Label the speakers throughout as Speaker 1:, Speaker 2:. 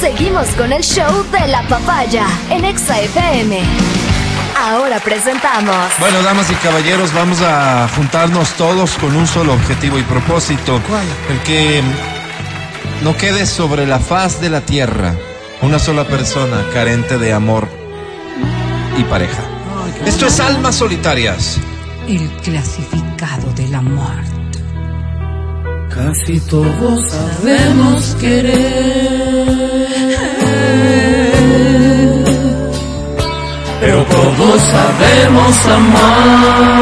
Speaker 1: Seguimos con el show de la papaya en Exa FM. Ahora presentamos.
Speaker 2: Bueno, damas y caballeros, vamos a juntarnos todos con un solo objetivo y propósito.
Speaker 3: ¿Cuál?
Speaker 2: El que no quede sobre la faz de la tierra una sola persona carente de amor y pareja. Esto es Almas Solitarias.
Speaker 4: El clasificado de la muerte.
Speaker 5: Casi todos sabemos querer, pero todos sabemos amar.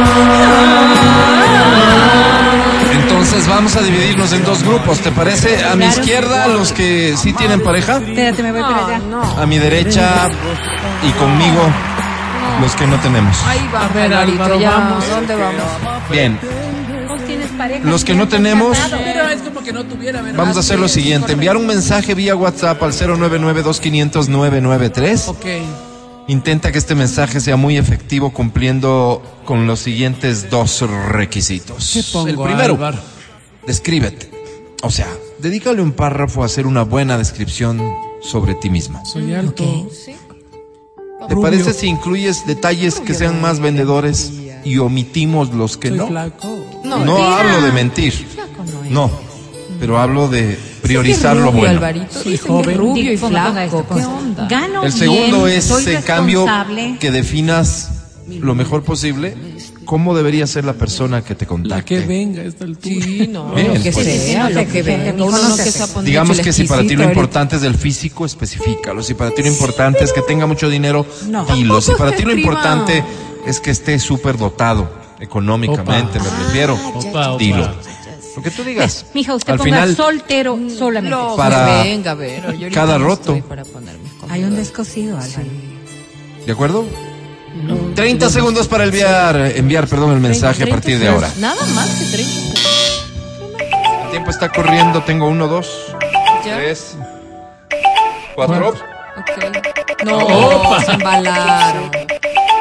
Speaker 2: Entonces vamos a dividirnos en dos grupos, ¿te parece? A mi
Speaker 4: Claro.
Speaker 2: izquierda los que sí tienen pareja,
Speaker 4: Espérate, me voy para allá.
Speaker 2: a mi derecha y conmigo los que no tenemos.
Speaker 4: Ahí
Speaker 6: Ah,
Speaker 4: va,
Speaker 3: ver,
Speaker 4: Alvarito,
Speaker 3: Álvaro,
Speaker 4: ya.
Speaker 3: vamos.
Speaker 4: ¿Dónde vamos?
Speaker 2: Bien,
Speaker 4: Vos tienes pareja.
Speaker 2: Los que
Speaker 4: ya
Speaker 2: no
Speaker 4: estás
Speaker 2: tenemos-
Speaker 4: casado.
Speaker 3: Mira, es como que no tuviera, ¿verdad?
Speaker 2: Vamos a hacer lo siguiente, enviar un mensaje vía WhatsApp al 099-2500-993.
Speaker 3: Ok.
Speaker 2: Intenta que este mensaje sea muy efectivo cumpliendo con los siguientes dos requisitos. El primero,
Speaker 3: Álvaro?
Speaker 2: descríbete. O sea, dedícale un párrafo a hacer una buena descripción sobre ti mismo.
Speaker 3: Soy alto.
Speaker 2: ¿Te
Speaker 3: Rubio.
Speaker 2: parece si incluyes detalles que sean más vendedores y omitimos los que
Speaker 3: Soy
Speaker 2: no?
Speaker 3: flaco.
Speaker 2: No, hablo de mentir. No, pero hablo de priorizar lo bueno.
Speaker 3: Soy joven.
Speaker 4: Rubio y flaco. ¿Qué onda?
Speaker 6: Gano
Speaker 2: El segundo
Speaker 6: bien,
Speaker 2: es,
Speaker 6: soy
Speaker 2: en cambio,
Speaker 6: responsable.
Speaker 2: que definas lo mejor posible cómo debería ser la persona que te
Speaker 3: La que
Speaker 2: contacte.
Speaker 3: venga a esta altura. ¿Eh?
Speaker 4: Sí, no.
Speaker 2: Bien,
Speaker 4: lo que
Speaker 2: pues.
Speaker 4: sea, lo que venga.
Speaker 6: Uno no se hace.
Speaker 2: Digamos que si para ti lo importante es el físico, especifícalo. Si para ti lo importante es que tenga mucho dinero, dilo. Si para ti lo importante es que esté súper dotado económicamente, me refiero,
Speaker 3: Opa, opa.
Speaker 2: dilo. Lo que tú digas.
Speaker 6: Mija, usted
Speaker 2: Al
Speaker 6: ponga
Speaker 2: final,
Speaker 6: soltero solamente.
Speaker 4: Lo
Speaker 2: Para
Speaker 4: que venga, a ver. yo ahorita
Speaker 2: cada
Speaker 4: no estoy
Speaker 2: roto.
Speaker 4: para ponerme con-
Speaker 6: Hay un descosido, Álvaro.
Speaker 2: ¿de acuerdo? 30 segundos para enviar, enviar perdón, el mensaje a partir de ahora.
Speaker 4: Nada más que 30.
Speaker 2: El tiempo está corriendo, tengo uno, dos, tres, cuatro.
Speaker 4: Ok. No, se embalaron.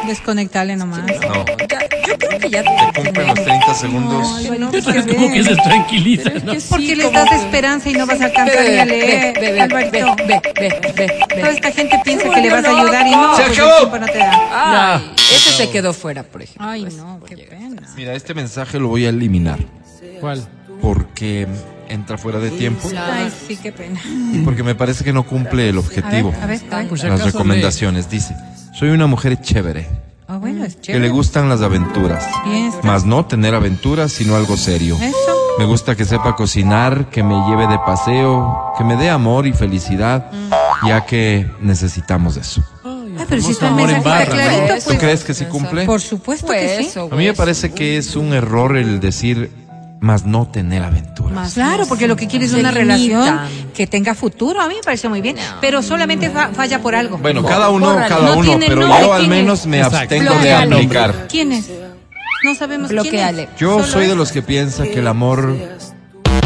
Speaker 6: Desconectale nomás.
Speaker 2: No, te
Speaker 4: Ya, yo creo que ya te
Speaker 2: cumplen los 30 segundos.
Speaker 6: no,
Speaker 3: Es como que se tranquiliza, ¿no?
Speaker 6: Porque le das esperanza y no vas a alcanzar ni a leer. Alvarito, toda esta gente piensa que le vas a ayudar y no,
Speaker 2: Se
Speaker 6: pues el
Speaker 2: acabó.
Speaker 6: tiempo no te da.
Speaker 4: Ay, ese se quedó fuera, por ejemplo. Pues,
Speaker 6: Ay, no, qué pena.
Speaker 2: Mira, este mensaje lo voy a eliminar
Speaker 3: ¿Cuál?
Speaker 2: porque entra fuera de tiempo
Speaker 6: Ay, sí, qué pena.
Speaker 2: y porque me parece que no cumple el
Speaker 6: A ver,
Speaker 2: objetivo.
Speaker 6: a ver, ay.
Speaker 3: Por si
Speaker 2: Las
Speaker 3: acaso le-
Speaker 2: recomendaciones, dice, soy una mujer chévere,
Speaker 6: Ah, bueno, es
Speaker 2: Mm. que le
Speaker 6: chévere.
Speaker 2: gustan las aventuras,
Speaker 6: Bien, está.
Speaker 2: más no tener aventuras, sino algo serio.
Speaker 6: Eso.
Speaker 2: Me gusta que sepa cocinar, que me lleve de paseo, que me dé amor y felicidad, ya que necesitamos eso.
Speaker 6: Ay, Ah, pero si está el
Speaker 3: amor en
Speaker 6: mensaje está
Speaker 3: barra, ¿no?
Speaker 6: clarito,
Speaker 2: ¿Tú crees que sí cumple?
Speaker 6: pues, Por supuesto que sí.
Speaker 4: Hueso,
Speaker 2: A mí me
Speaker 4: hueso.
Speaker 2: parece que es un error el decir más no tener aventuras.
Speaker 6: Claro, porque lo que quiere es
Speaker 4: Se
Speaker 6: una
Speaker 4: limitan.
Speaker 6: relación que tenga futuro. A mí me parece muy bien, pero solamente fa- falla por algo.
Speaker 2: Bueno, cada uno,
Speaker 6: Por algo.
Speaker 2: cada
Speaker 6: No
Speaker 2: uno,
Speaker 6: tiene
Speaker 2: pero
Speaker 6: nombre,
Speaker 2: yo al
Speaker 6: ¿quién
Speaker 2: menos
Speaker 6: es?
Speaker 2: me
Speaker 3: Exacto.
Speaker 2: abstengo de
Speaker 6: Bloquealo.
Speaker 2: aplicar.
Speaker 6: ¿Quién es? No sabemos
Speaker 4: Bloqueale.
Speaker 6: quién
Speaker 2: Yo soy de los que piensa que el amor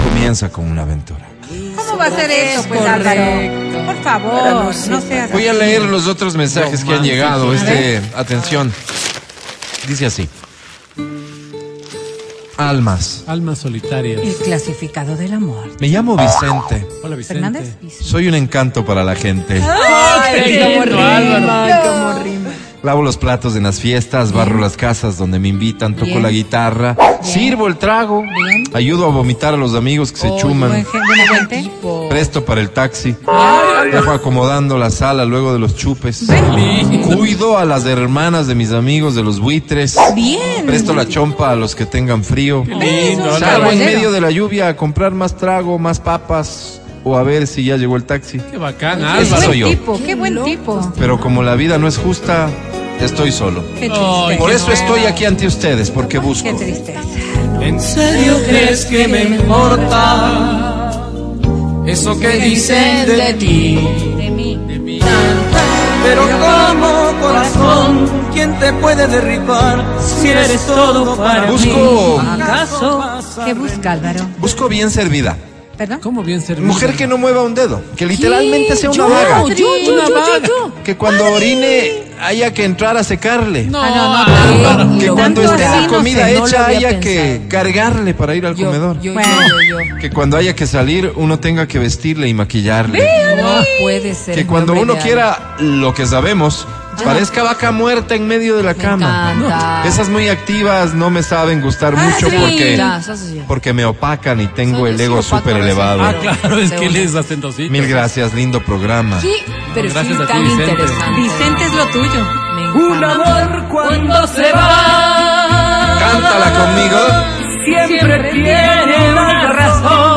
Speaker 2: comienza con una aventura.
Speaker 6: es. ¿Cómo va a ser eso, pues,
Speaker 4: correcto.
Speaker 6: Álvaro? Por favor, no seas.
Speaker 2: Voy a leer los otros mensajes que han llegado. Este, atención. Dice así. Almas.
Speaker 3: Almas solitarias.
Speaker 6: El clasificado del amor.
Speaker 2: Me llamo Vicente.
Speaker 3: Hola, Vicente.
Speaker 6: Fernández.
Speaker 2: Soy un encanto para la gente.
Speaker 3: Ay, cómo rima.
Speaker 2: Lavo los platos en las fiestas, barro las casas donde me invitan, toco la guitarra, sirvo el trago, ayudo a vomitar a los amigos que se chuman,
Speaker 6: Buen gen- buena gente.
Speaker 2: presto para el taxi, dejo acomodando la sala luego de los chupes, cuido a las hermanas de mis amigos de los buitres,
Speaker 6: Bien.
Speaker 2: presto la chompa a los que tengan frío,
Speaker 3: lindo,
Speaker 2: salgo en
Speaker 6: caballero.
Speaker 2: medio de la lluvia a comprar más trago, más papas o a ver si ya llegó el taxi.
Speaker 3: Qué bacán,
Speaker 6: Qué
Speaker 2: Ese
Speaker 3: Álvaro.
Speaker 2: soy
Speaker 6: buen
Speaker 2: yo.
Speaker 6: tipo, qué buen tipo.
Speaker 2: Pero como la vida no es justa, estoy solo.
Speaker 6: Qué
Speaker 3: Ay,
Speaker 6: triste.
Speaker 2: Por eso estoy aquí ante ustedes, porque busco.
Speaker 6: Qué tristeza.
Speaker 5: ¿En serio crees que me importa eso que dicen de ti?
Speaker 6: De mí.
Speaker 5: Pero como corazón, ¿quién te puede derribar
Speaker 6: Pues,
Speaker 5: si eres todo para
Speaker 2: Busco,
Speaker 6: ¿Acaso? ¿Qué busca Álvaro?
Speaker 2: busco bien servida.
Speaker 6: ¿Perdón?
Speaker 3: ¿Cómo bien servido?
Speaker 2: Mujer que no mueva un dedo, que literalmente sea una
Speaker 4: Yo,
Speaker 2: vaga.
Speaker 4: yo, yo, yo, yo, yo.
Speaker 2: Que cuando orine haya que entrar a secarle.
Speaker 3: No,
Speaker 6: Ah,
Speaker 3: no,
Speaker 6: no, no, no.
Speaker 2: que
Speaker 4: Lo-
Speaker 2: cuando
Speaker 6: tanto
Speaker 2: esté
Speaker 6: así
Speaker 2: la
Speaker 6: no
Speaker 2: comida
Speaker 4: sé, no lo
Speaker 2: hecha
Speaker 4: había
Speaker 2: haya que
Speaker 4: pensado.
Speaker 2: cargarle para ir al
Speaker 4: Yo,
Speaker 2: comedor.
Speaker 4: yo, yo,
Speaker 6: Bueno.
Speaker 4: yo, yo.
Speaker 2: Que cuando haya que salir uno tenga que vestirle y maquillarle.
Speaker 4: No puede ser.
Speaker 2: Que
Speaker 4: mi
Speaker 2: cuando
Speaker 4: hombre
Speaker 2: uno
Speaker 4: de
Speaker 2: quiera lo que sabemos, parezca vaca muerta en medio de la cama.
Speaker 4: encanta.
Speaker 2: Esas muy activas no me saben gustar
Speaker 6: Ah,
Speaker 2: mucho
Speaker 6: sí.
Speaker 4: Ya,
Speaker 2: porque,
Speaker 4: eso sí.
Speaker 2: porque me opacan y tengo
Speaker 4: Son
Speaker 2: el ego
Speaker 4: psicópatas,
Speaker 2: súper
Speaker 4: eso
Speaker 2: elevado.
Speaker 4: sí.
Speaker 3: Ah, claro, es
Speaker 4: De
Speaker 3: que
Speaker 4: una.
Speaker 3: les hacen dositos.
Speaker 2: Mil gracias, lindo programa.
Speaker 4: Qué perfil
Speaker 3: Gracias a ti,
Speaker 4: tan
Speaker 3: Vicente.
Speaker 4: interesante.
Speaker 6: Vicente es lo tuyo.
Speaker 4: Me encanta.
Speaker 7: cuando se va.
Speaker 2: Cántala conmigo.
Speaker 7: Siempre tiene una razón.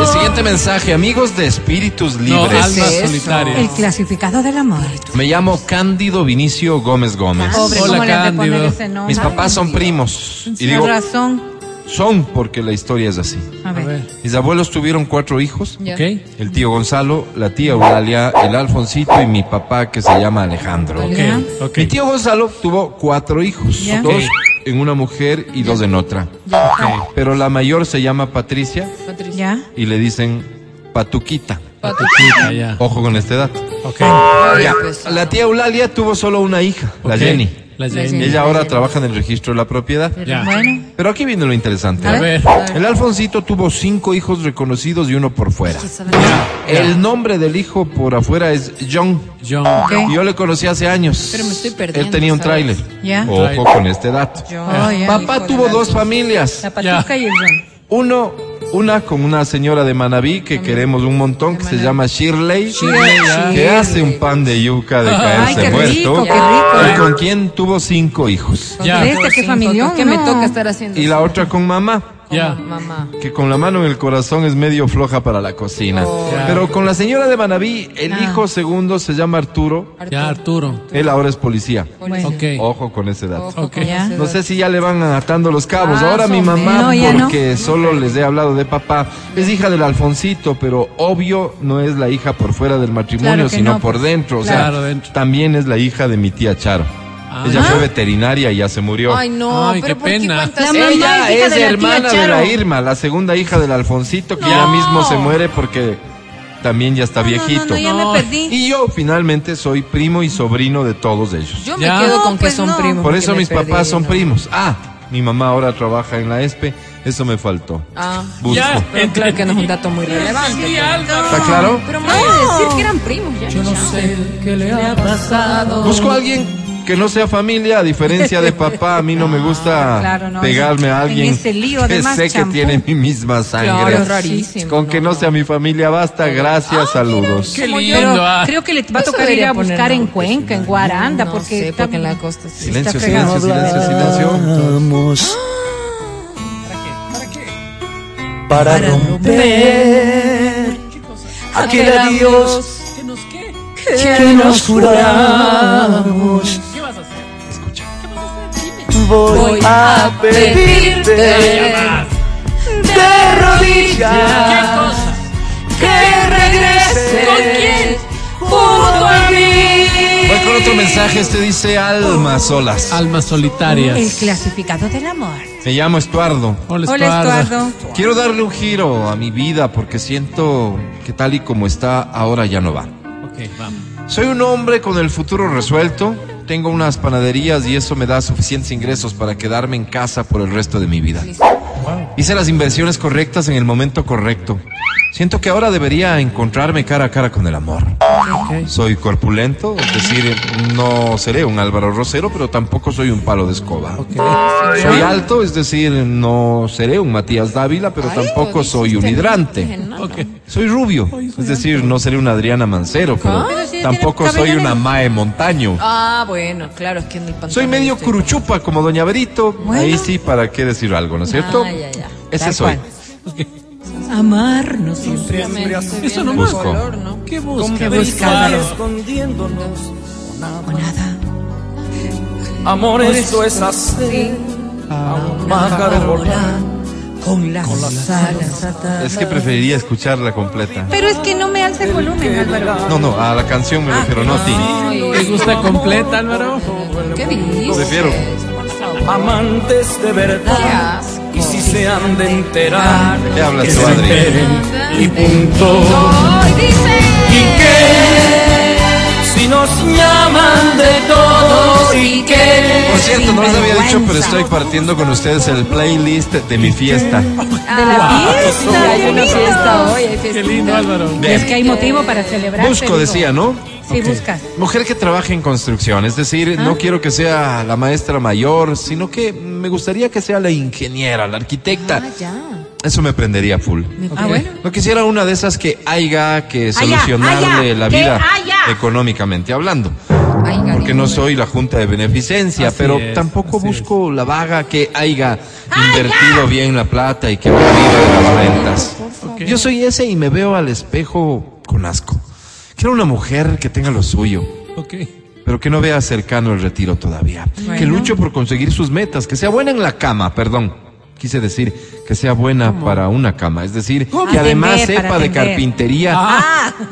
Speaker 2: El siguiente mensaje, amigos de Espíritus
Speaker 3: No,
Speaker 2: Libres.
Speaker 3: almas
Speaker 4: Eso.
Speaker 3: solitarias.
Speaker 6: El clasificado del amor.
Speaker 2: me llamo Cándido Vinicio Gómez Gómez.
Speaker 4: Ah,
Speaker 6: Pobre,
Speaker 3: Hola,
Speaker 6: ¿cómo le han de
Speaker 3: Cándido.
Speaker 6: poner ese nombre?
Speaker 2: Mis papás son primos. Y
Speaker 6: Con
Speaker 2: digo,
Speaker 6: razón.
Speaker 2: son porque la historia es así.
Speaker 6: A
Speaker 3: A
Speaker 6: ver.
Speaker 3: ver,
Speaker 2: Mis abuelos tuvieron cuatro hijos.
Speaker 3: ¿ok?
Speaker 2: El tío Gonzalo, la tía Eulalia, el Alfoncito y mi papá que se llama Alejandro.
Speaker 3: Ok, ok.
Speaker 2: Mi tío Gonzalo tuvo cuatro hijos,
Speaker 6: Ya.
Speaker 2: dos
Speaker 3: Ok.
Speaker 2: en una mujer y dos en otra.
Speaker 3: Ok.
Speaker 2: Pero la mayor se llama Patricia
Speaker 6: ¿Ya?
Speaker 2: y le dicen Patuquita.
Speaker 3: Chiquita, ya.
Speaker 2: Ojo con esta edad.
Speaker 3: Ok.
Speaker 2: Ya. La tía Eulalia tuvo solo una hija, la
Speaker 3: ok. Mm.
Speaker 2: Jenny.
Speaker 3: La Jenny.
Speaker 2: Ella ahora trabaja en el registro de la propiedad.
Speaker 3: Ya.
Speaker 6: Bueno.
Speaker 2: Pero aquí viene lo interesante.
Speaker 3: A ver.
Speaker 2: El Alfoncito tuvo cinco hijos reconocidos y uno por fuera. El nombre del hijo por afuera es John.
Speaker 3: John.
Speaker 6: Ok.
Speaker 2: Yo le conocí hace años.
Speaker 4: Pero me estoy perdiendo,
Speaker 2: Él tenía un
Speaker 4: ¿sabes?
Speaker 2: tráiler.
Speaker 6: Ya.
Speaker 2: Ojo con este dato.
Speaker 6: Oh, ya, hijo
Speaker 2: Papá
Speaker 6: de
Speaker 2: tuvo
Speaker 6: la-
Speaker 2: dos familias.
Speaker 6: La patuca
Speaker 3: Ya.
Speaker 6: y el ron.
Speaker 2: Uno, una con una señora de Manabí que queremos un montón, que se llama Shirley, que hace un pan de yuca de
Speaker 6: Ay,
Speaker 2: caerse
Speaker 6: qué rico,
Speaker 2: muerto.
Speaker 6: qué rico.
Speaker 2: Y con quien tuvo cinco hijos.
Speaker 3: Ya.
Speaker 6: ¿Ves de qué familión?
Speaker 4: Que me
Speaker 6: No.
Speaker 4: toca estar haciendo.
Speaker 2: Y la otra con mamá.
Speaker 3: Ya.
Speaker 4: Mamá.
Speaker 2: que con la mano en el corazón es medio floja para la cocina.
Speaker 6: Oh.
Speaker 2: Pero con la señora de Manabí, el
Speaker 6: Ah.
Speaker 2: hijo segundo se llama Arturo,
Speaker 3: Ya, Arturo.
Speaker 2: él ahora es policía.
Speaker 6: Bueno.
Speaker 3: Ok.
Speaker 2: Ojo con ese dato. Ah,
Speaker 3: Ok.
Speaker 6: Ya.
Speaker 2: No sé si ya le van atando los cabos. Ahora mi
Speaker 6: No,
Speaker 2: mamá,
Speaker 6: ya no.
Speaker 2: porque solo les he hablado de papá, es hija del Alfoncito, pero obvio no es la hija por fuera del matrimonio,
Speaker 6: Claro que
Speaker 2: sino
Speaker 6: no.
Speaker 2: por dentro. Ah. O
Speaker 3: Claro,
Speaker 2: sea,
Speaker 3: dentro.
Speaker 2: también es la hija de mi tía Charo. Ella fue veterinaria y ya se murió.
Speaker 4: Ay, no,
Speaker 3: Ay,
Speaker 4: pero
Speaker 3: qué
Speaker 4: ¿por qué
Speaker 3: pena.
Speaker 4: cuentas?
Speaker 6: La mamá
Speaker 2: Ella
Speaker 6: es hija
Speaker 2: es
Speaker 6: de la tía
Speaker 2: hermana de
Speaker 6: Charo.
Speaker 2: la Irma, la segunda hija del Alfoncito, que ya mismo se muere porque también ya está
Speaker 6: No, no,
Speaker 2: viejito.
Speaker 6: ya
Speaker 3: No.
Speaker 6: me perdí.
Speaker 2: Y yo finalmente soy primo y sobrino de todos ellos.
Speaker 4: Yo
Speaker 3: Ya.
Speaker 4: me quedo con
Speaker 6: No,
Speaker 4: que
Speaker 6: pues
Speaker 4: son
Speaker 6: no.
Speaker 4: primos.
Speaker 2: Por
Speaker 4: porque
Speaker 2: eso
Speaker 4: me
Speaker 2: mis
Speaker 4: perdí,
Speaker 2: papás son
Speaker 4: no.
Speaker 2: primos. Ah, mi mamá ahora trabaja en la ESPE, eso me faltó.
Speaker 4: Ah.
Speaker 2: Busco.
Speaker 3: Ya.
Speaker 4: Pero claro que no es un dato muy relevante.
Speaker 3: Sí, Álvaro.
Speaker 2: ¿Está claro?
Speaker 4: Pero me voy a decir que eran primos. Ya.
Speaker 2: Busco a alguien que no sea familia, a diferencia de papá, a mí no me gusta
Speaker 6: claro, no.
Speaker 2: pegarme a
Speaker 6: En
Speaker 2: alguien
Speaker 6: ese lío,
Speaker 2: que
Speaker 6: además,
Speaker 2: sé que
Speaker 6: champú.
Speaker 2: tiene mi misma sangre.
Speaker 4: Claro, es rarísimo,
Speaker 2: Con que no, sea mi familia basta, gracias, saludos.
Speaker 3: Qué
Speaker 6: Como
Speaker 3: lindo.
Speaker 6: yo,
Speaker 3: ah.
Speaker 6: Creo que le va a
Speaker 4: Eso
Speaker 6: tocar ir
Speaker 4: debería
Speaker 6: a buscar
Speaker 4: ponerlo,
Speaker 6: en
Speaker 4: porque
Speaker 6: Cuenca, en Guaranda,
Speaker 4: No
Speaker 6: porque
Speaker 4: sé,
Speaker 6: está-
Speaker 4: porque en la costa sí.
Speaker 2: Silencio,
Speaker 6: Está
Speaker 2: silencio,
Speaker 6: fregado.
Speaker 2: silencio, silencio.
Speaker 8: Vamos. ¿Para qué? ¿Para romper aquel adiós que nos juramos. Voy a pedirte de rodillas que regreses junto a mí.
Speaker 2: Voy con otro mensaje, este dice almas solas.
Speaker 3: Almas solitarias.
Speaker 6: el clasificado del amor.
Speaker 2: Me llamo Estuardo.
Speaker 3: Hola,
Speaker 6: Hola, Estuardo.
Speaker 2: Quiero darle un giro a mi vida porque siento que tal y como está ahora ya no va.
Speaker 3: Ok, vamos.
Speaker 2: Soy un hombre con el futuro resuelto. Tengo unas panaderías y eso me da suficientes ingresos para quedarme en casa por el resto de mi vida. Hice las inversiones correctas en el momento correcto. Siento que ahora debería encontrarme cara a cara con el amor. Soy corpulento, es decir, no seré un Álvaro Rosero, pero tampoco soy un palo de escoba. Soy alto, es decir, no seré un Matías Dávila, pero tampoco soy un hidrante.
Speaker 3: Ok.
Speaker 2: Soy rubio, es decir, no seré una Adriana Mancero, pero
Speaker 6: Pero si tiene
Speaker 2: tampoco
Speaker 6: cabello
Speaker 2: soy una
Speaker 6: negro.
Speaker 2: Mae Montaño.
Speaker 4: Ah, bueno, claro, es que en el pantano.
Speaker 2: Soy medio
Speaker 6: este.
Speaker 4: estoy-
Speaker 2: curuchupa como Doña Berito. Ahí sí, ¿para qué decir algo, no es cierto?
Speaker 4: Ah, ya, ya.
Speaker 2: Ese
Speaker 4: Tal
Speaker 2: soy.
Speaker 4: cual.
Speaker 6: Amarnos.
Speaker 3: Eso no
Speaker 2: Busco.
Speaker 3: color, ¿no? ¿Qué busca?
Speaker 6: ¿Qué busca, Álvaro?
Speaker 8: Escondiéndonos.
Speaker 5: Amor, esto es así. Aún pájaro volar.
Speaker 4: Con las, alas atadas.
Speaker 2: Es que preferiría escucharla completa.
Speaker 6: Pero es que no me alza el volumen, Álvaro.
Speaker 2: No, no, a la canción me refiero, no a ti.
Speaker 3: ¿Te gusta completa, Álvaro?
Speaker 4: ¿Qué dices?
Speaker 2: Prefiero.
Speaker 5: Amantes de verdad. Y si se han de enterar.
Speaker 2: ¿De ¿Qué hablas tú, Adri?
Speaker 5: Y punto.
Speaker 4: Hoy dice.
Speaker 5: Si nos llaman de todo.
Speaker 2: mucho, pero estoy partiendo con ustedes el playlist de mi fiesta.
Speaker 6: De la fiesta.
Speaker 9: hay una
Speaker 6: bonito.
Speaker 9: fiesta hoy, hay
Speaker 3: Qué
Speaker 9: fiesta.
Speaker 3: lindo, Álvaro.
Speaker 6: Y es que hay motivo para celebrar.
Speaker 2: Busco, decía, ¿no?
Speaker 6: Sí, buscas.
Speaker 2: Mujer que trabaje en construcción, es decir,
Speaker 6: Ah.
Speaker 2: no quiero que sea la maestra mayor, sino que me gustaría que sea la ingeniera, la arquitecta.
Speaker 9: Ah, ya.
Speaker 2: Eso me prendería full.
Speaker 6: Ah, bueno.
Speaker 2: No quisiera una de esas que haya que
Speaker 6: Haya,
Speaker 2: solucionarle
Speaker 6: haya,
Speaker 2: la
Speaker 6: que
Speaker 2: vida
Speaker 6: haya.
Speaker 2: económicamente hablando.
Speaker 9: Ay, Gaby.
Speaker 2: Porque no soy la junta de beneficencia,
Speaker 3: Así
Speaker 2: pero
Speaker 3: es,
Speaker 2: tampoco
Speaker 3: así
Speaker 2: busco la vaga que haya invertido bien la plata y que me viva de las ventas. Yo soy ese y me veo al espejo con asco. Quiero una mujer que tenga lo suyo,
Speaker 3: Ok.
Speaker 2: pero que no vea cercano el retiro todavía. Que
Speaker 6: Bueno.
Speaker 2: luche por conseguir sus metas, que sea buena en la cama, perdón. Quise decir que sea buena para una cama, es decir, que además
Speaker 6: Atender, para
Speaker 2: sepa de
Speaker 6: atender. Ah.
Speaker 2: carpintería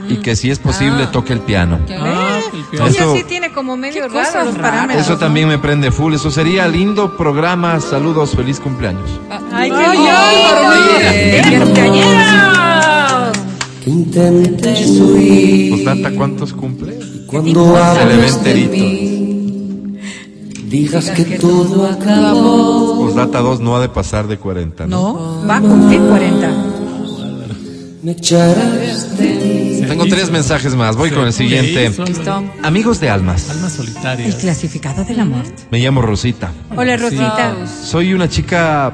Speaker 2: y que si es posible toque el piano.
Speaker 3: Ah, el piano.
Speaker 6: Oye,
Speaker 2: Eso-
Speaker 6: sí tiene como medio
Speaker 9: Qué cosas
Speaker 6: raro los
Speaker 9: raras.
Speaker 6: parámetros.
Speaker 2: Eso también me prende full. Eso sería lindo programa. Saludos, feliz cumpleaños.
Speaker 6: Ay, qué
Speaker 9: Ay,
Speaker 6: lindo.
Speaker 9: Álvaro, mira.
Speaker 8: Intenté subir
Speaker 2: Pues Data, ¿cuántos cumple?
Speaker 8: cuando
Speaker 2: Se le ve
Speaker 8: hables de mí.
Speaker 2: enterito.
Speaker 8: Digas que todo acabó.
Speaker 2: Pues Data 2 no ha de pasar de 40. ¿no?
Speaker 6: No, va a cumplir 40.
Speaker 8: Me echarás de ti.
Speaker 2: Tengo tres mensajes más. Voy con el siguiente.
Speaker 3: Listo.
Speaker 2: Amigos de almas.
Speaker 3: Alma
Speaker 4: El
Speaker 3: solitaria.
Speaker 4: clasificado de la muerte.
Speaker 2: Me llamo Rosita.
Speaker 6: Hola, Rosita.
Speaker 2: Soy una chica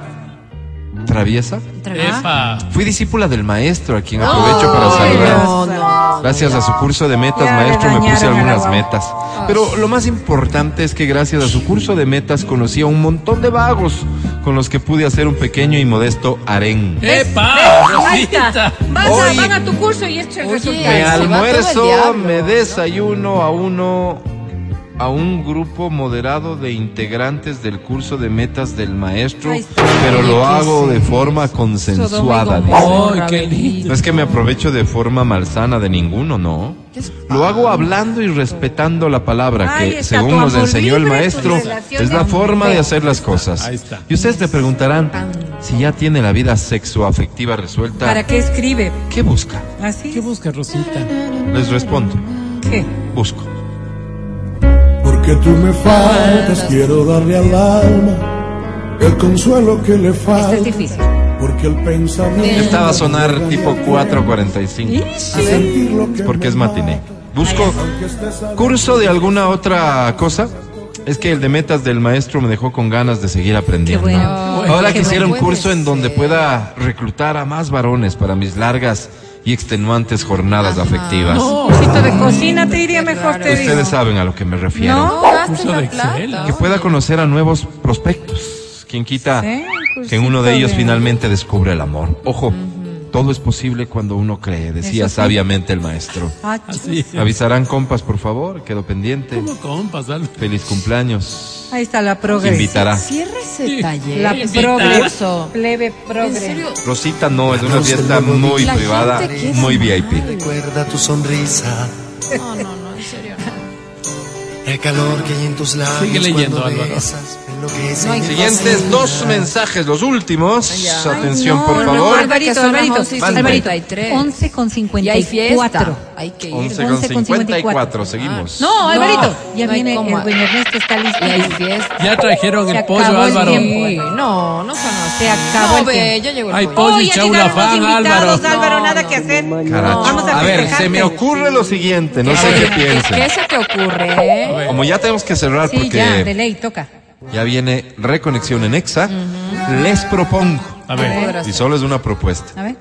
Speaker 2: traviesa.
Speaker 3: Epa.
Speaker 2: Fui discípula del maestro, a quien aprovecho para saludar.
Speaker 9: No, no.
Speaker 2: Gracias a su curso de metas,
Speaker 6: Ya le
Speaker 2: maestro, me puse
Speaker 6: dañaron el
Speaker 2: algunas
Speaker 6: agua.
Speaker 2: metas. Pero lo más importante es que gracias a su curso de metas conocí a un montón de vagos con los que pude hacer un pequeño y modesto harén.
Speaker 3: Epa.
Speaker 6: Ahí está.
Speaker 3: Rosita.
Speaker 6: Vas
Speaker 2: Hoy-
Speaker 6: a, van a tu curso y este es el
Speaker 9: Oye,
Speaker 2: Me
Speaker 9: se va al-
Speaker 6: resultado.
Speaker 9: todo el
Speaker 2: almuerzo,
Speaker 9: diablo,
Speaker 2: me desayuno a uno a un grupo moderado de integrantes del curso de metas del maestro,
Speaker 6: Ahí está.
Speaker 2: pero lo hago de forma consensuada. dice.
Speaker 3: Ay, qué lindo.
Speaker 2: No es que me aprovecho de forma malsana de ninguno, no. Lo hago hablando y respetando la palabra
Speaker 6: Ah. Ay,
Speaker 2: que,
Speaker 6: está
Speaker 2: según
Speaker 6: tu
Speaker 2: nos
Speaker 6: amor
Speaker 2: enseñó el
Speaker 6: libre, tus
Speaker 2: maestro,
Speaker 6: relaciones
Speaker 2: es la
Speaker 6: amor
Speaker 2: forma de
Speaker 6: libre. Ah.
Speaker 2: hacer las cosas.
Speaker 3: Ahí está.
Speaker 2: Y ustedes te preguntarán si ya tiene la vida sexoafectiva resuelta.
Speaker 6: ¿Para qué escribe?
Speaker 2: ¿Qué busca?
Speaker 6: ¿Así?
Speaker 3: ¿Qué busca Rosita?
Speaker 2: Les respondo,
Speaker 6: ¿Qué?
Speaker 2: busco.
Speaker 10: Porque tú me faltas, quiero darle al alma el consuelo que le
Speaker 6: Esto
Speaker 10: falta.
Speaker 6: Este es difícil.
Speaker 10: Porque el pensamiento.
Speaker 2: Estaba a sonar tipo 4.45,
Speaker 10: A sentir lo que
Speaker 2: porque
Speaker 10: me
Speaker 2: es matiné.
Speaker 10: mata.
Speaker 2: Busco
Speaker 10: Que estés a-
Speaker 2: curso de alguna otra cosa. Es que el de metas del maestro me dejó con ganas de seguir aprendiendo.
Speaker 6: Qué bueno.
Speaker 2: Ahora
Speaker 9: Qué
Speaker 2: quisiera un
Speaker 9: bueno
Speaker 2: curso en
Speaker 9: ser.
Speaker 2: donde pueda reclutar a más varones para mis largas y extenuantes jornadas afectivas.
Speaker 6: Cursito de cocina te iría mejor, te digo.
Speaker 2: Ustedes saben a lo que me refiero.
Speaker 9: No
Speaker 6: ¿No?
Speaker 9: gastes
Speaker 3: Curso de
Speaker 9: la
Speaker 3: Excel.
Speaker 9: plata.
Speaker 2: Que pueda conocer a nuevos prospectos. Quien quita
Speaker 6: Sí, ¿Eh? un
Speaker 2: que en uno de
Speaker 6: cursito
Speaker 2: ellos
Speaker 6: de-
Speaker 2: finalmente descubre el amor. Ojo, todo es posible cuando uno cree, decía sabiamente el maestro.
Speaker 6: Ah,
Speaker 3: Así. es.
Speaker 2: Avisarán compas, por favor, quedo pendiente.
Speaker 3: ¿Cómo compas, Álvaro?
Speaker 2: Feliz cumpleaños.
Speaker 6: Ahí está la progres.
Speaker 2: Invitará.
Speaker 9: Cierra ese taller.
Speaker 6: La
Speaker 3: Invitar.
Speaker 6: progres.
Speaker 9: Curso.
Speaker 6: Plebe
Speaker 9: En
Speaker 6: progres.
Speaker 9: serio,
Speaker 2: Rosita no, es una fiesta muy
Speaker 9: La gente
Speaker 2: privada,
Speaker 9: que es
Speaker 2: muy
Speaker 9: amable.
Speaker 2: VIP.
Speaker 10: Recuerda tu sonrisa,
Speaker 9: no, no, no, en serio.
Speaker 10: el calor que hay en tus labios.
Speaker 3: Ah, Sigue leyendo,
Speaker 10: cuando
Speaker 3: Álvaro.
Speaker 10: besas, enloquece
Speaker 9: No hay
Speaker 10: en el
Speaker 2: Siguientes
Speaker 10: vacío.
Speaker 2: dos mensajes, los últimos.
Speaker 9: Ya.
Speaker 2: Atención,
Speaker 6: Ay, no,
Speaker 2: por
Speaker 6: no,
Speaker 2: favor.
Speaker 9: Álvaro.
Speaker 6: Alvarito,
Speaker 9: Que son las
Speaker 6: Alvarito.
Speaker 9: 11 y
Speaker 6: Alvarito.
Speaker 9: 53.
Speaker 6: 11 con
Speaker 9: Y hay
Speaker 6: 54.
Speaker 9: fiesta. Hay que ir.
Speaker 2: 11 con
Speaker 6: 11 con
Speaker 2: 54, seguimos.
Speaker 6: No, Alvarito. Ya
Speaker 9: no hay
Speaker 6: viene
Speaker 9: cómo.
Speaker 6: el buen Ernesto, está listo.
Speaker 9: Y hay fiesta.
Speaker 3: Ya trajeron
Speaker 6: Se
Speaker 3: el pollo,
Speaker 6: acabó el
Speaker 3: Álvaro.
Speaker 6: tiempo.
Speaker 9: Sí, no, no son así.
Speaker 6: Se acabó
Speaker 9: No,
Speaker 6: el
Speaker 9: ve,
Speaker 6: tiempo.
Speaker 9: ya llegó el
Speaker 3: Ay,
Speaker 9: pollo.
Speaker 3: pollo y
Speaker 6: ya llegaron
Speaker 3: chaulafán,
Speaker 6: los invitados,
Speaker 3: Álvaro.
Speaker 6: Álvaro,
Speaker 9: No,
Speaker 6: nada
Speaker 9: no,
Speaker 6: que hacer.
Speaker 2: Caracho.
Speaker 6: Vamos a,
Speaker 2: a ver,
Speaker 6: festejarte.
Speaker 2: se me ocurre lo siguiente, no sé
Speaker 3: A
Speaker 2: qué
Speaker 3: ver,
Speaker 9: ¿Qué, qué
Speaker 2: piensen.
Speaker 9: se te ocurre?
Speaker 6: ¿eh?
Speaker 2: Como ya tenemos que cerrar
Speaker 6: Sí, ya, de
Speaker 2: porque
Speaker 6: ley, toca.
Speaker 2: ya viene reconexión en Exa, les propongo,
Speaker 3: A ver.
Speaker 2: y solo es una propuesta,
Speaker 6: A ver.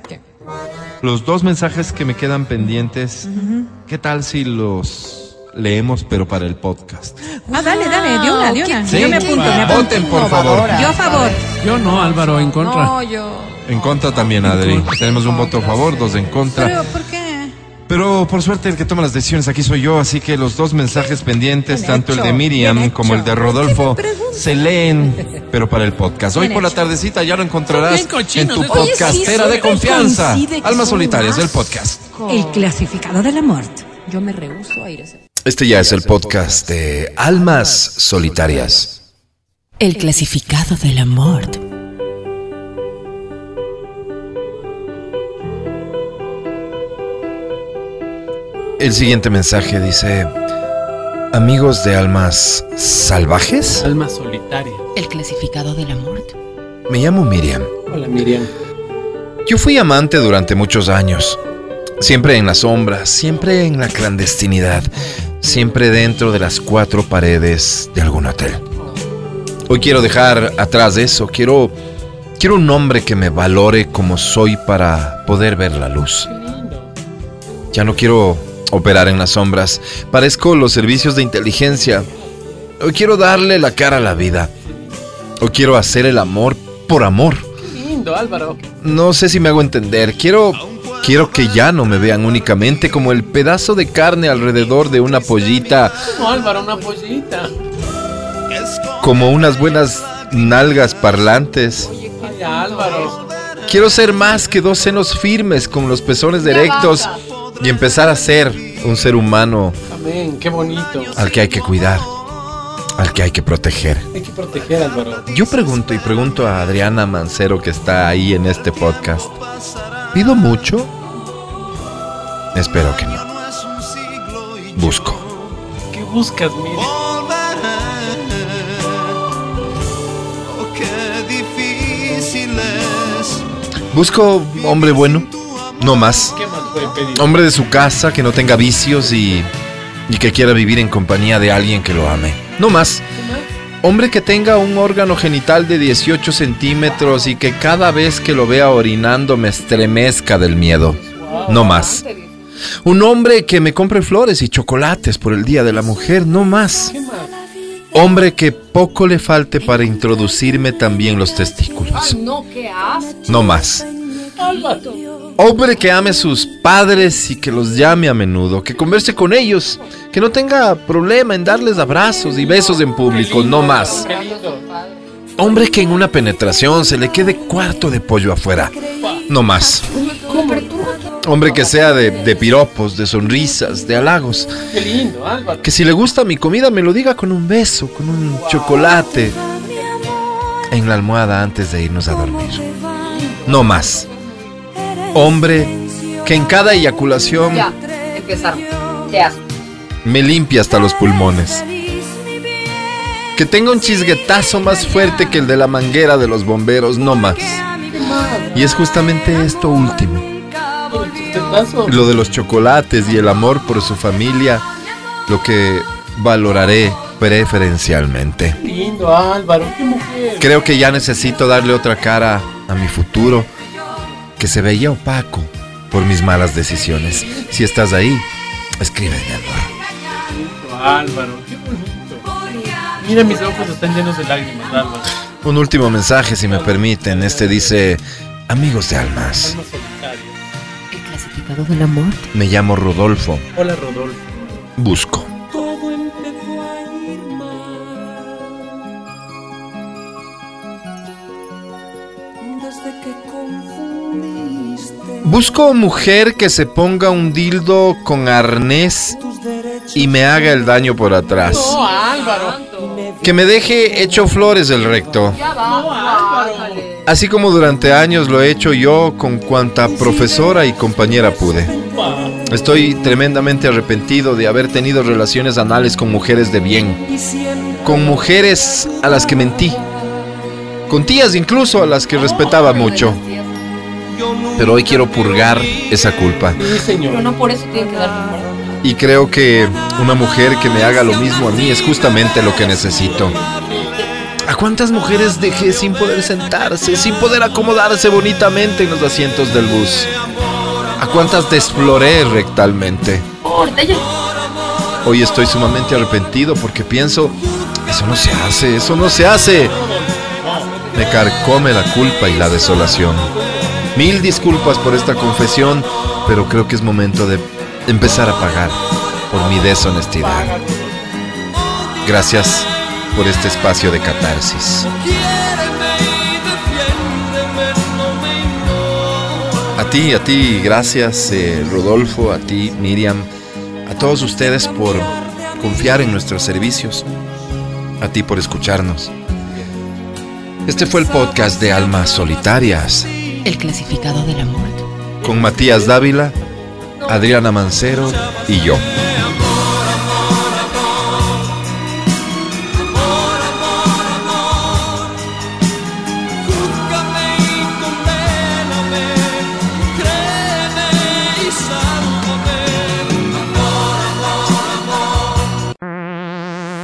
Speaker 2: los dos mensajes que me quedan pendientes, ¿qué tal si los leemos pero para el podcast?
Speaker 6: Ah, dale, dale, de una, de una.
Speaker 9: ¿Qué-
Speaker 6: Yo me
Speaker 9: qué-
Speaker 6: apunto,
Speaker 9: qué
Speaker 6: me apunto.
Speaker 2: Voten, por favor.
Speaker 9: innovadora?
Speaker 6: Yo a favor.
Speaker 3: Yo no, Álvaro, en contra.
Speaker 9: No, yo.
Speaker 2: En contra también, Adri. Tenemos un voto a favor, dos en contra.
Speaker 6: Pero, ¿por qué?
Speaker 2: Pero por suerte el que toma las decisiones aquí soy yo, así que los dos mensajes pendientes, tanto el de Miriam como el de Rodolfo, se leen, pero para el podcast. Hoy por la tardecita ya lo encontrarás
Speaker 3: Son bien
Speaker 2: en
Speaker 3: cochinos,
Speaker 2: tu
Speaker 3: ¿eh?
Speaker 9: Oye, sí,
Speaker 2: podcastera de
Speaker 9: siempre
Speaker 2: confianza.
Speaker 9: coincide que
Speaker 2: Almas
Speaker 9: son
Speaker 2: solitarias del
Speaker 9: vascos.
Speaker 2: podcast.
Speaker 4: El clasificado de la muerte.
Speaker 9: Yo me rehuso a ir a ese.
Speaker 11: Este ya es el podcast de Almas Solitarias.
Speaker 4: El clasificado de la muerte.
Speaker 11: El siguiente mensaje dice, amigos de almas salvajes,
Speaker 3: Alma solitaria.
Speaker 6: El clasificado del amor.
Speaker 2: Me llamo Miriam.
Speaker 5: Hola Miriam.
Speaker 2: Yo fui amante durante muchos años. Siempre en la sombra, siempre en la clandestinidad, siempre dentro de las cuatro paredes de algún hotel. Hoy quiero dejar atrás eso, quiero quiero un hombre que me valore como soy para poder ver la luz. Ya no quiero operar en las sombras, parezco los servicios de inteligencia. Hoy quiero darle la cara a la vida. Hoy quiero hacer el amor por amor.
Speaker 5: Lindo Álvaro.
Speaker 2: No sé si me hago entender. Quiero, quiero que ya no me vean únicamente como el pedazo de carne alrededor de una pollita,
Speaker 5: No, Álvaro, una pollita.
Speaker 2: como unas buenas nalgas parlantes.
Speaker 5: Ay, Álvaro.
Speaker 2: Quiero ser más que dos senos firmes con los pezones
Speaker 5: Ya
Speaker 2: directos
Speaker 5: basta.
Speaker 2: y empezar a ser un ser humano
Speaker 5: Amén, qué bonito.
Speaker 2: al que hay que cuidar, al que hay que proteger.
Speaker 5: Hay que proteger, Álvaro.
Speaker 2: Yo pregunto y pregunto a Adriana Mancero que está ahí en este podcast. ¿Pido mucho? Espero que no. Busco.
Speaker 5: ¿Qué buscas, Miriam?
Speaker 2: Busco hombre bueno, no más.
Speaker 5: ¿Qué más puede pedir?
Speaker 2: Hombre de su casa que no tenga vicios y, y que quiera vivir en compañía de alguien que lo ame. No más. Hombre que tenga un órgano genital de 18 centímetros y que cada vez que lo vea orinando me estremezca del miedo. No más. Un hombre que me compre flores y chocolates por el Día de la Mujer. No más. Hombre que poco le falte para introducirme también los testículos.
Speaker 6: no, qué asco.
Speaker 2: No más.
Speaker 6: Álvaro.
Speaker 2: Hombre que ame a sus padres y que los llame a menudo, que converse con ellos, que no tenga problema en darles abrazos y besos en público, no más.
Speaker 5: Qué lindo.
Speaker 2: Hombre que en una penetración se le quede cuarto de pollo afuera, no más. Hombre que sea de, de piropos, de sonrisas, de halagos,
Speaker 5: Qué lindo, Álvaro.
Speaker 2: que si le gusta mi comida me lo diga con un beso, con un chocolate, en la almohada antes de irnos a dormir. No más. Hombre que en cada eyaculación
Speaker 6: Ya, empezaron. Te asco.
Speaker 2: me limpia hasta los pulmones. Que tenga un chisguetazo más fuerte que el de la manguera de los bomberos, no más. Y es justamente esto último,
Speaker 5: ¿Te paso?
Speaker 2: lo de los chocolates y el amor por su familia, lo que valoraré preferencialmente.
Speaker 5: Qué lindo, Álvaro. Qué mujer.
Speaker 2: Creo que ya necesito darle otra cara a mi futuro, que se veía opaco por mis malas decisiones. Si estás ahí, escríbeme, amor.
Speaker 5: Álvaro, qué bonito. Mira, mis ojos están llenos de lágrimas, Álvaro.
Speaker 2: Un último mensaje, si me permiten. Este dice, amigos de almas.
Speaker 5: Almas solitarias.
Speaker 6: El clasificado del amor.
Speaker 2: Me llamo Rodolfo.
Speaker 5: Hola, Rodolfo.
Speaker 2: Busco. Busco mujer que se ponga un dildo con arnés y me haga el daño por atrás.
Speaker 5: No, Álvaro.
Speaker 2: Que me deje hecho flores el recto.
Speaker 5: No, Álvaro.
Speaker 2: Así como durante años lo he hecho yo con cuanta profesora y compañera pude. Estoy tremendamente arrepentido de haber tenido relaciones anales con mujeres de bien. Con mujeres a las que mentí. Con tías incluso a las que respetaba mucho. Pero hoy quiero purgar esa culpa.
Speaker 5: Sí,
Speaker 12: Pero
Speaker 5: señor.
Speaker 12: no por eso tienen que dar número.
Speaker 2: Y creo que una mujer que me haga lo mismo a mí es justamente lo que necesito. ¿A cuántas mujeres dejé sin poder sentarse, sin poder acomodarse bonitamente en los asientos del bus? ¿A cuántas desfloré rectalmente? Hoy estoy sumamente arrepentido porque pienso, eso no se hace, eso no se hace. Me carcome la culpa y la desolación. Mil disculpas por esta confesión, pero creo que es momento de empezar a pagar por mi deshonestidad. Gracias por este espacio de catarsis. A ti, a ti, gracias eh, Rodolfo, a ti Miriam, a todos ustedes por confiar en nuestros servicios, a ti por escucharnos. Este fue el podcast de Almas Solitarias
Speaker 6: El clasificado del amor.
Speaker 2: con Matías Dávila, Adriana Mancero y yo.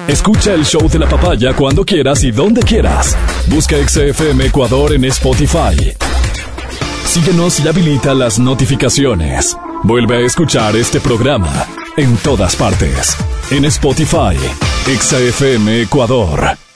Speaker 4: Escucha el show de la papaya cuando quieras y donde quieras. Busca XFM Ecuador en Spotify. Síguenos y habilita las notificaciones. Vuelve a escuchar este programa en todas partes. En Spotify, XFM Ecuador.